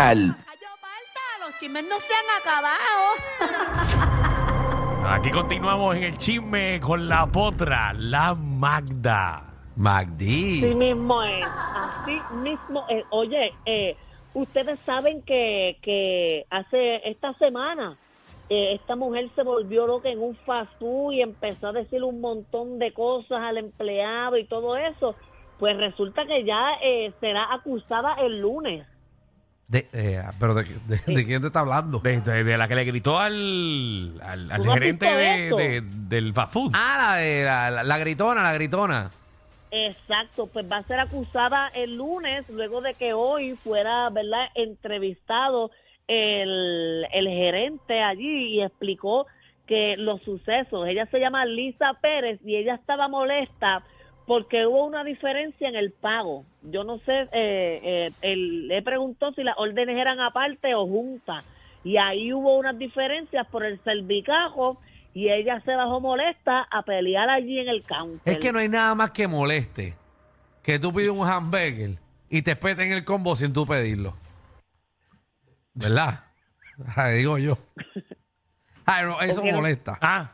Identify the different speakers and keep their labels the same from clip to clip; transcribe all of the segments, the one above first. Speaker 1: Mundial.
Speaker 2: Rayo Malta, los chismes no se han acabado.
Speaker 3: Aquí continuamos en el chisme con la potra, la Magda.
Speaker 1: Magdi.
Speaker 4: Así mismo es, así mismo es. Oye, eh, ustedes saben que, que hace esta semana eh, esta mujer se volvió loca en un fast food y empezó a decir un montón de cosas al empleado y todo eso. Pues resulta que ya eh, será acusada el lunes.
Speaker 5: De- eh, pero de, de- de quién te está hablando?
Speaker 3: De, de- de la que le gritó al, al, al
Speaker 4: ¿Tú no has
Speaker 3: gerente
Speaker 4: visto
Speaker 3: de-
Speaker 4: eso?
Speaker 3: de- del fast food.
Speaker 5: Ah, la, de- la, la- la gritona, la gritona.
Speaker 4: Exacto, pues va a ser acusada el lunes, luego de que hoy fuera, ¿verdad?, entrevistado el, el gerente allí y explicó que los sucesos, ella se llama Lisa Pérez y ella estaba molesta porque hubo una diferencia en el pago. Yo no sé, eh, eh, él le preguntó si las órdenes eran aparte o juntas y ahí hubo unas diferencias por el cervicajo y ella se bajó molesta a pelear allí en el counter.
Speaker 5: Es que no hay nada más que moleste que tú pides un hamburger y te peten el combo sin tú pedirlo. ¿Verdad? Ay, digo yo. Ay, no, eso
Speaker 4: Porque no-
Speaker 5: molesta.
Speaker 3: Ah,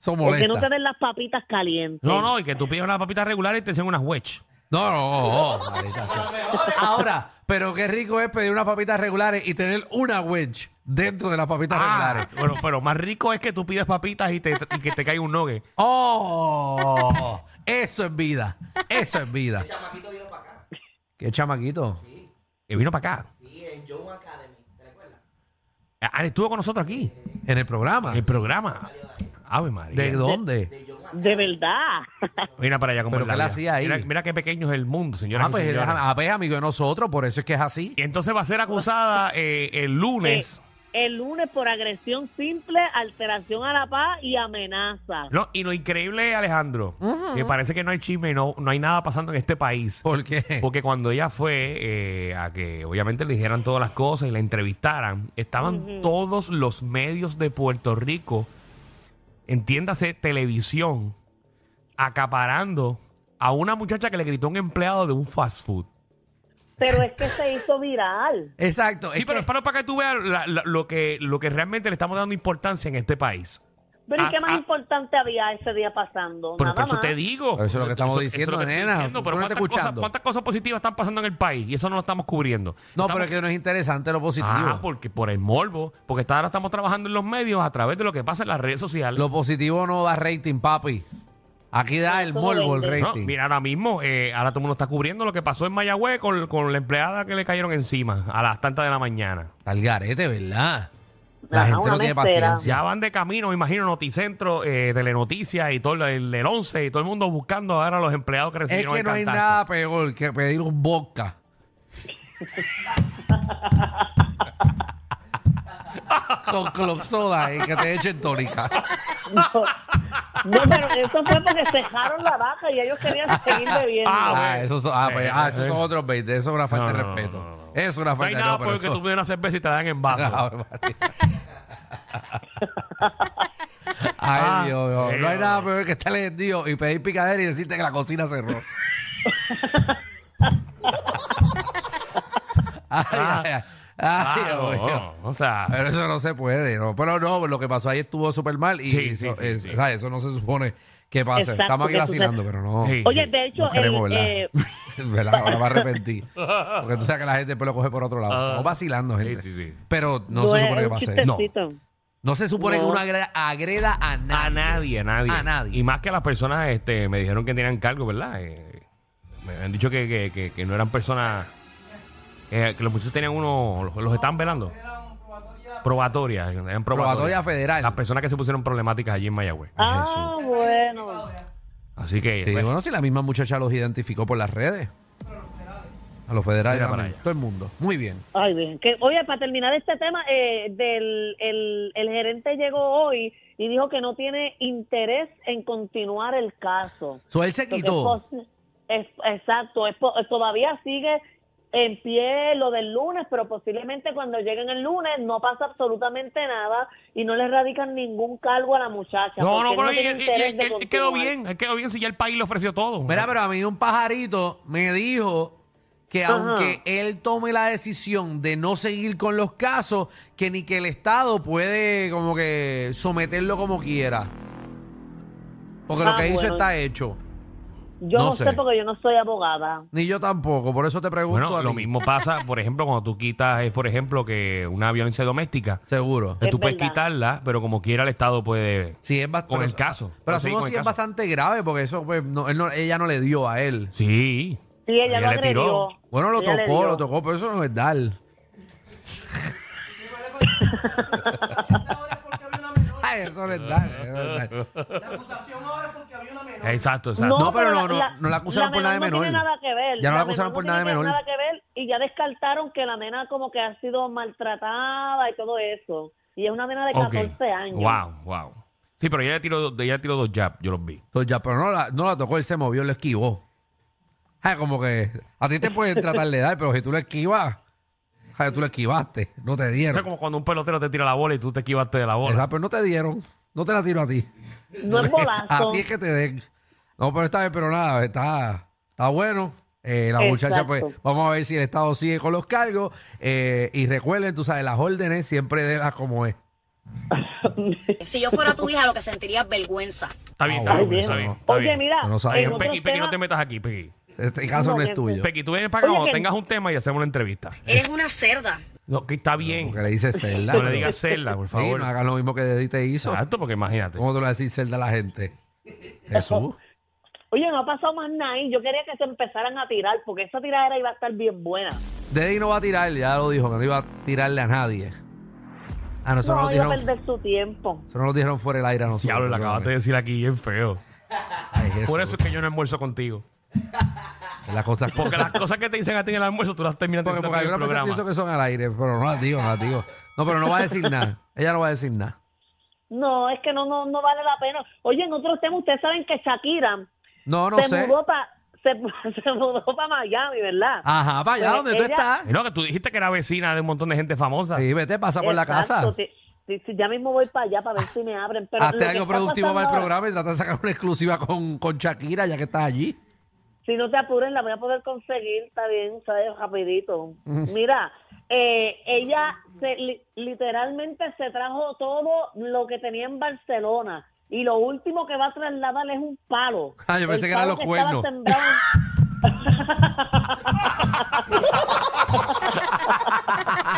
Speaker 5: Eso
Speaker 4: Porque
Speaker 5: molesta.
Speaker 4: no te den las papitas calientes.
Speaker 3: no, no, y que tú pides una papita regular y te hacen unas wedge.
Speaker 5: No, no, no, maldita sea. Ahora, pero qué rico es pedir unas papitas regulares y tener una wedge dentro de las papitas
Speaker 3: Ah,
Speaker 5: regulares.
Speaker 3: bueno, pero más rico es que tú pides papitas y, te, y que te cae un nogue.
Speaker 5: ¡Oh! Eso es vida. Eso es vida. ¿Qué chamaquito?
Speaker 3: Que Eh, vino para acá. Sí, en Joe Academy, ¿te recuerdas? Ah, él estuvo con nosotros aquí,
Speaker 5: En el programa.
Speaker 3: en el programa. Ave María.
Speaker 5: ¿De dónde?
Speaker 4: De verdad.
Speaker 3: Mira para allá cómo
Speaker 5: ¿Pero
Speaker 3: es la
Speaker 5: qué le
Speaker 3: vida.
Speaker 5: hacía ahí?
Speaker 3: Mira, mira qué pequeño es el mundo, señoras
Speaker 5: Ah,
Speaker 3: y
Speaker 5: pues
Speaker 3: señores.
Speaker 5: déjame- ah, pues, amigo de nosotros, por eso es que es así.
Speaker 3: Y entonces va a ser acusada eh, el lunes.
Speaker 4: El lunes por agresión simple, alteración a la paz y amenaza.
Speaker 3: No, y lo increíble, Alejandro, que parece que no hay chisme y no, no hay nada pasando en este país.
Speaker 5: ¿Por qué?
Speaker 3: Porque cuando ella fue eh, a que obviamente le dijeran todas las cosas y la entrevistaran, estaban todos los medios de Puerto Rico, entiéndase, televisión, acaparando a una muchacha que le gritó a un empleado de un fast food.
Speaker 4: Pero es que se hizo viral.
Speaker 5: Exacto.
Speaker 3: Sí,
Speaker 5: es
Speaker 3: pero
Speaker 5: que-
Speaker 3: para, para que tú veas la- la- lo, que, lo que realmente le estamos dando importancia en este país.
Speaker 4: Pero ¿y
Speaker 3: Ah,
Speaker 4: qué más
Speaker 3: ah.
Speaker 4: importante había ese día pasando?
Speaker 3: Pero
Speaker 4: Nada
Speaker 3: por eso
Speaker 4: más.
Speaker 3: te digo.
Speaker 5: Pero eso es lo que estamos diciendo,
Speaker 3: estoy
Speaker 5: nena.
Speaker 3: pero
Speaker 5: Tú no
Speaker 3: ¿cuántas,
Speaker 5: estás
Speaker 3: cosas,
Speaker 5: escuchando.
Speaker 3: cuántas cosas positivas están pasando en el país? Y eso no lo estamos cubriendo.
Speaker 5: no,
Speaker 3: Estamos-
Speaker 5: pero es que no es interesante lo positivo.
Speaker 3: Ah, porque por el morbo. Porque está- ahora estamos trabajando en los medios a través de lo que pasa en las redes sociales.
Speaker 5: Lo positivo no da rating, papi. Aquí da el
Speaker 4: Eso no
Speaker 5: morbo, el
Speaker 4: vende.
Speaker 3: No,
Speaker 5: rating.
Speaker 3: mira, ahora mismo, eh, ahora todo el mundo está cubriendo lo que pasó en Mayagüez con, con la empleada que le cayeron encima a las tantas de la mañana.
Speaker 5: Está el garete, ¿verdad? La
Speaker 4: Ajá,
Speaker 5: gente
Speaker 4: una
Speaker 5: no tiene
Speaker 4: mesera.
Speaker 5: paciencia.
Speaker 3: Ya van de camino, me imagino, Noticentro, eh, Telenoticias y todo el, el 11 y todo el mundo buscando ahora a los empleados que
Speaker 5: Es
Speaker 3: recibieron
Speaker 5: que
Speaker 3: el
Speaker 5: no hay
Speaker 3: cantazo.
Speaker 5: nada peor que pedir un vodka. Con club soda y que te echen tónica.
Speaker 4: No, pero eso fue porque cejaron la vaca y ellos querían seguir bebiendo.
Speaker 3: Ah, bueno.
Speaker 5: Ah, esos son, ah, pues, ah, esos
Speaker 3: eh.
Speaker 5: son otros 20. Eso es una falta
Speaker 3: No,
Speaker 5: de
Speaker 3: no, no,
Speaker 5: respeto.
Speaker 3: no, no, no.
Speaker 5: Es una
Speaker 3: No hay
Speaker 5: falta
Speaker 3: nada
Speaker 5: de
Speaker 3: peor que tú pides una cerveza y te la dan en
Speaker 5: Ah,
Speaker 3: vaso.
Speaker 5: Ay, Dios, Dios.
Speaker 3: Ah, eh, oh, Dios.
Speaker 5: No hay nada peor que estar vendido y pedir picadera y decirte que la cocina cerró. ay, ay, ay. Ay,
Speaker 3: Ah,
Speaker 5: Dios
Speaker 3: no,
Speaker 5: mío.
Speaker 3: o sea,
Speaker 5: Pero eso no se puede, ¿no? Pero no, lo que pasó ahí estuvo súper mal y
Speaker 3: Sí,
Speaker 5: y
Speaker 3: sí,
Speaker 5: eso,
Speaker 3: sí,
Speaker 5: es-
Speaker 3: sí.
Speaker 5: o sea, eso no se supone que pase.
Speaker 4: Exacto,
Speaker 5: Estamos aquí
Speaker 4: que
Speaker 5: vacilando,
Speaker 4: suceda.
Speaker 5: pero no.
Speaker 3: Sí.
Speaker 4: Oye, de hecho,
Speaker 5: no
Speaker 4: el,
Speaker 5: queremos, ¿verdad?
Speaker 4: eh,
Speaker 5: ¿Verdad? Ahora va a arrepentir. Porque tú sabes que la gente después lo coge por otro lado.
Speaker 3: Ah.
Speaker 5: Estamos vacilando, gente.
Speaker 3: Sí, sí, sí.
Speaker 5: Pero no,
Speaker 4: fue
Speaker 5: se supone que
Speaker 4: un
Speaker 5: pase. No.
Speaker 4: chistecito.
Speaker 5: No se supone que
Speaker 4: No.
Speaker 5: uno agreda, agreda a nadie.
Speaker 3: a nadie, a nadie.
Speaker 5: A nadie.
Speaker 3: Y más que las personas este, me dijeron que tenían cargo, ¿verdad? Eh, me han dicho que, que- que- que no eran personas. eh, que los muchachos tenían uno. Los, los están velando. Probatorias. Eran
Speaker 5: Probatoria
Speaker 3: probatorias.
Speaker 5: federal.
Speaker 3: Las personas que se pusieron problemáticas allí en Mayagüez.
Speaker 4: Ah, bueno.
Speaker 3: Así que.
Speaker 5: Sí,
Speaker 3: pues,
Speaker 5: bueno, si la misma muchacha los identificó por las redes. A los federales.
Speaker 3: Mira para
Speaker 5: también.
Speaker 3: allá.
Speaker 5: Todo el mundo. Muy bien.
Speaker 4: Ay, bien. Que, oye, para terminar este tema, eh, del, el, el gerente llegó hoy y dijo que no tiene interés en continuar el caso.
Speaker 5: So, él se
Speaker 4: Porque
Speaker 5: quitó.
Speaker 4: es pos- es- exacto, es po- todavía sigue en pie lo del lunes, pero posiblemente cuando lleguen el lunes no pasa absolutamente nada y no le radican ningún cargo a la muchacha.
Speaker 3: no, no, pero
Speaker 4: porque tiene
Speaker 3: él- él-
Speaker 4: interés
Speaker 3: él-
Speaker 4: de
Speaker 3: él quedó
Speaker 4: continuar.
Speaker 3: pues, bien. Él quedó bien si ya el país le ofreció todo.
Speaker 5: Mira, pero a mí un pajarito me dijo que
Speaker 4: Ajá.
Speaker 5: aunque él tome la decisión de no seguir con los casos, que ni que el Estado puede como que someterlo como quiera. Porque lo
Speaker 4: Ah,
Speaker 5: que hizo
Speaker 4: bueno.
Speaker 5: está hecho.
Speaker 4: Yo
Speaker 5: No
Speaker 4: no, sé.
Speaker 5: sé.
Speaker 4: porque yo no soy abogada.
Speaker 5: Ni yo tampoco, por eso te pregunto
Speaker 3: Bueno,
Speaker 5: a
Speaker 3: lo
Speaker 5: ti.
Speaker 3: mismo pasa, por ejemplo, cuando tú quitas, es por ejemplo, que una violencia doméstica,
Speaker 5: Seguro.
Speaker 3: que
Speaker 4: Es
Speaker 3: tú puedes
Speaker 4: verdad.
Speaker 3: quitarla, pero como quiera el Estado puede...
Speaker 5: Sí, es bastante.
Speaker 3: Con el caso.
Speaker 5: Pero
Speaker 3: Sí,
Speaker 5: asumo
Speaker 3: con el
Speaker 5: si es
Speaker 3: caso.
Speaker 5: bastante grave, porque eso, pues, no, él no- ella no le dio a él.
Speaker 3: Sí.
Speaker 4: Sí, ella lo
Speaker 3: le tiró.
Speaker 4: agredió.
Speaker 5: Bueno, lo
Speaker 4: Ella le
Speaker 5: tocó,
Speaker 4: dio.
Speaker 5: lo tocó, pero eso no es dar. Ay, eso no es dar, eso no es dar.
Speaker 3: Exacto, exacto.
Speaker 5: No, pero no, no, no la acusaron por nada de
Speaker 4: No tiene
Speaker 5: menor.
Speaker 4: nada que ver.
Speaker 5: Ya no la
Speaker 4: menor
Speaker 5: acusaron por
Speaker 4: tiene
Speaker 5: nada de
Speaker 4: que-
Speaker 5: menor.
Speaker 4: nada que ver y ya descartaron que la nena como que ha sido maltratada y todo eso. Y es una nena de 14
Speaker 3: Ok.
Speaker 4: años.
Speaker 3: Wow, wow. Sí, pero ella le tiró, do- ella le tiró dos jabs, yo los vi.
Speaker 5: Entonces ya, pero no la, no la tocó, él se movió, lo esquivó. Ay, como que a ti te pueden tratar de dar, pero si tú lo esquivas, ay, tú lo esquivaste, no te
Speaker 3: O sea,
Speaker 5: dieron.
Speaker 3: como cuando un pelotero te tira la bola y tú te esquivaste de la bola.
Speaker 5: Exacto, pero no te dieron, no te la tiro a ti.
Speaker 4: No es
Speaker 5: A
Speaker 4: bolazo.
Speaker 5: ti es que te den. No, pero está bien, pero nada, está, está bueno. Eh, la muchacha,
Speaker 4: Exacto.
Speaker 5: pues, vamos a ver si el Estado sigue con los cargos. Eh, y recuerden, tú sabes, las órdenes siempre de las como es.
Speaker 1: Si yo fuera tu hija, lo que sentiría es vergüenza.
Speaker 3: Está bien,
Speaker 5: Ah,
Speaker 3: está
Speaker 5: bueno,
Speaker 3: bien, está
Speaker 4: Ay,
Speaker 5: bien.
Speaker 3: bien. está
Speaker 4: Oye,
Speaker 3: bien.
Speaker 4: mira,
Speaker 5: No
Speaker 4: en
Speaker 5: sabía.
Speaker 4: otros
Speaker 3: Pequi, Pequi, no
Speaker 4: temas-
Speaker 3: te metas aquí, Pequi.
Speaker 5: Este caso no,
Speaker 4: No,
Speaker 5: es
Speaker 4: que-
Speaker 5: tuyo.
Speaker 3: Pequi, tú vienes para acá
Speaker 4: Oye,
Speaker 3: cuando
Speaker 4: que-
Speaker 3: tengas un tema y hacemos una entrevista.
Speaker 5: Eh,
Speaker 1: Eres una cerda.
Speaker 3: No, que está bien.
Speaker 5: Porque le dice celda.
Speaker 3: No le digas celda, por favor.
Speaker 5: no hagas lo mismo que Deddy te hizo.
Speaker 3: Exacto, porque imagínate.
Speaker 5: ¿Cómo tú le vas a decir celda a la gente? Jesús.
Speaker 4: Oye, no ha pasado más nada. ahí. Yo quería que se empezaran a tirar porque esa tiradera iba a estar bien buena.
Speaker 5: Deddy no va a tirar, ya lo dijo, que no iba a tirarle a nadie. Ah, no, eso no,
Speaker 4: No,
Speaker 5: lo
Speaker 4: iba a
Speaker 5: dijeron.
Speaker 4: perder su tiempo.
Speaker 5: Eso no lo dijeron fuera del aire a nosotros.
Speaker 3: Diablo, le acabaste de decir aquí bien feo.
Speaker 5: Ay, Jesús.
Speaker 3: Por eso es que yo no almuerzo contigo.
Speaker 5: Las cosas-
Speaker 3: Porque las cosas que te dicen a ti en el almuerzo, tú las terminas
Speaker 5: Porque,
Speaker 3: diciendo
Speaker 5: porque
Speaker 3: aquí en
Speaker 5: algunas
Speaker 3: el
Speaker 5: veces
Speaker 3: programa.
Speaker 5: pienso que son al aire, pero no las digo, no las digo. No, pero no va a decir nada. Ella no va a decir nada.
Speaker 4: No, es que no, no, no vale la pena. Oye, en otros temas, ustedes saben que Shakira
Speaker 5: No, no
Speaker 4: se
Speaker 5: sé.
Speaker 4: mudó para se, se mudó para Miami, ¿verdad?
Speaker 5: Ajá, para allá
Speaker 4: Pues
Speaker 5: donde tú
Speaker 4: ella-
Speaker 5: estás.
Speaker 3: Y No, que tú dijiste que era vecina de un montón de gente famosa.
Speaker 5: Sí, vete, pasa por la
Speaker 4: Exacto,
Speaker 5: casa.
Speaker 4: sí, sí, sí, ya mismo voy para allá para ver si me abren. Pero
Speaker 5: Hazte
Speaker 4: lo que
Speaker 5: algo
Speaker 4: está
Speaker 5: productivo para el
Speaker 4: pasando ahora,
Speaker 5: programa y trata de sacar una exclusiva con, con Shakira, ya que estás allí.
Speaker 4: Si no te apuren, la voy a poder conseguir, está bien, sabes, rapidito. Mira, eh, ella se, li- literalmente se trajo todo lo que tenía en Barcelona. Y lo último que va a trasladar es un palo.
Speaker 5: Ah, yo
Speaker 4: El
Speaker 5: pensé que eran
Speaker 4: palo
Speaker 5: los
Speaker 4: estaba
Speaker 5: cuernos.
Speaker 4: sembrado en-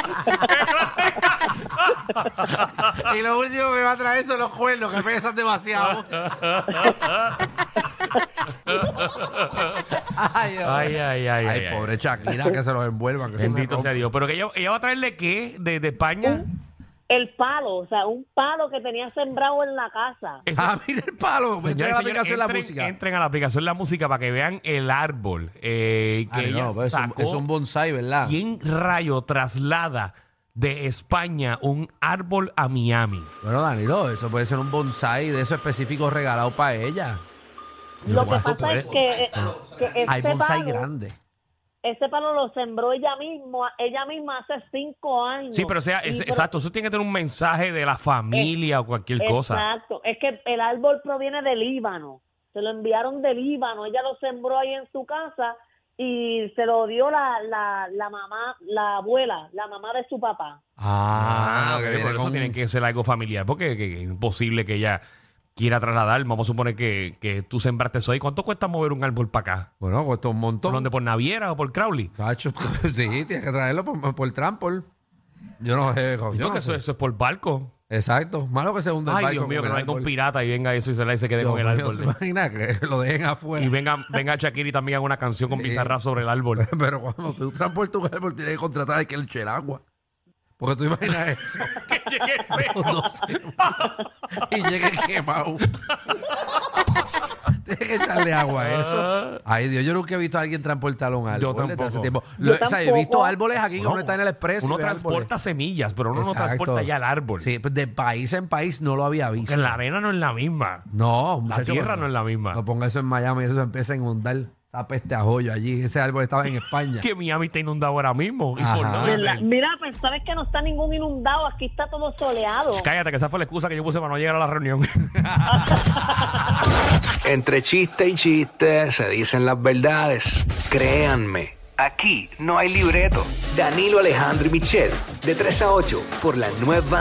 Speaker 5: Y lo último que va a traer son los cuernos que pesan demasiado. ay,
Speaker 3: Ay, ay, ay, ay. ay.
Speaker 5: pobre Shakira, que se los envuelvan. que eso se
Speaker 3: Bendito sea
Speaker 5: rompe.
Speaker 3: Dios. Pero que ella, ella va a traerle qué de, de España.
Speaker 5: Uh.
Speaker 4: el palo, o sea, un palo que tenía sembrado en la casa.
Speaker 3: Ese-
Speaker 5: Ah, mira el palo.
Speaker 3: Señores,
Speaker 5: Me entrega la
Speaker 3: señores,
Speaker 5: aplicación de la
Speaker 3: entren,
Speaker 5: música.
Speaker 3: entren a la aplicación La Música para que vean el árbol eh, que
Speaker 5: Ay,
Speaker 3: ella
Speaker 5: Ah, no, pero es, un,
Speaker 3: sacó.
Speaker 5: es un bonsai, ¿verdad?
Speaker 3: ¿Quién rayo traslada de España un árbol a Miami?
Speaker 5: Bueno, Danilo, eso puede ser un bonsai de esos específicos regalados para ella.
Speaker 4: Lo que
Speaker 5: Guau,
Speaker 4: pasa es
Speaker 5: pues,
Speaker 4: que, eh, que
Speaker 5: Hay
Speaker 4: este
Speaker 5: bonsai
Speaker 4: palo,
Speaker 5: grande.
Speaker 4: ese palo lo sembró ella misma, ella misma hace cinco años.
Speaker 3: Sí, pero o sea,
Speaker 4: Y
Speaker 3: ese-
Speaker 4: pro-
Speaker 3: exacto, eso tiene que tener un mensaje de la familia o cualquier cosa.
Speaker 4: Exacto, es que el árbol proviene de Líbano, se lo enviaron de Líbano, ella lo sembró ahí en su casa y se lo dio la, la, la mamá, la abuela, la mamá de su papá.
Speaker 3: Ah,
Speaker 5: que
Speaker 3: ok,
Speaker 5: viene
Speaker 3: por eso
Speaker 5: con-
Speaker 3: tienen que ser algo familiar, porque que- que es imposible que ella quiera trasladar. Vamos a suponer que, que tú sembraste eso ahí. ¿Cuánto cuesta mover un árbol para acá?
Speaker 5: Bueno, cuesta un
Speaker 3: ¿Por
Speaker 5: montón.
Speaker 3: dónde? ¿Por Naviera o por Crowley?
Speaker 5: Cacho, sí, tienes que traerlo por, por el trampol. Yo no sé. yo
Speaker 3: Yo
Speaker 5: no
Speaker 3: que eso,
Speaker 5: sé.
Speaker 3: eso es por barco.
Speaker 5: Exacto. Malo que se hunda el
Speaker 3: Ay,
Speaker 5: barco
Speaker 3: Dios
Speaker 5: con
Speaker 3: mío, que
Speaker 5: el
Speaker 3: no venga un
Speaker 5: árbol.
Speaker 3: pirata y venga eso y se la y se quede
Speaker 5: Dios
Speaker 3: con el
Speaker 5: mío,
Speaker 3: árbol.
Speaker 5: ¿se imagina que lo dejen afuera.
Speaker 3: Y venga, venga Shakira y también haga una canción con
Speaker 5: Sí.
Speaker 3: Bizarrap sobre el árbol.
Speaker 5: Pero cuando tú transportas tu árbol, tienes que contratar al que eche el agua. Porque tú imaginas eso.
Speaker 3: Que llegue ese.
Speaker 5: No sé. y llegue quemado. Tienes que echarle agua a eso. Ay, Dios, yo nunca he visto a alguien transportar un árbol
Speaker 3: Ah. Yo
Speaker 5: desde hace
Speaker 3: tampoco.
Speaker 5: tiempo.
Speaker 4: Yo
Speaker 5: Lo- o sea, he
Speaker 4: tampoco.
Speaker 5: visto árboles aquí
Speaker 3: Uno-
Speaker 5: cuando está en el expreso.
Speaker 3: Uno
Speaker 5: y ve árboles.
Speaker 3: transporta semillas, pero uno no
Speaker 5: Exacto.
Speaker 3: transporta ya el árbol.
Speaker 5: Sí, pues, de país en país no lo había visto.
Speaker 3: Porque en la arena no es la misma.
Speaker 5: No,
Speaker 3: La
Speaker 5: muchacho,
Speaker 3: tierra
Speaker 5: pero-
Speaker 3: no es la misma.
Speaker 5: No ponga eso en Miami, eso se empieza a inundar. Esa peste a joyo allí. Ese árbol estaba en España.
Speaker 3: Que Miami está inundado ahora mismo. Y por
Speaker 5: Ajá.
Speaker 3: no
Speaker 4: ¿Verdad?
Speaker 3: decir-
Speaker 4: Mira, pues sabes que no está ningún inundado, aquí está todo soleado.
Speaker 3: Cállate, que esa fue la excusa que yo puse para no llegar a la reunión.
Speaker 6: Entre chiste y chiste se dicen las verdades. Créanme, Aquí no hay libreto. Danilo Alejandro y Michel, de 3 a 8, por la nueva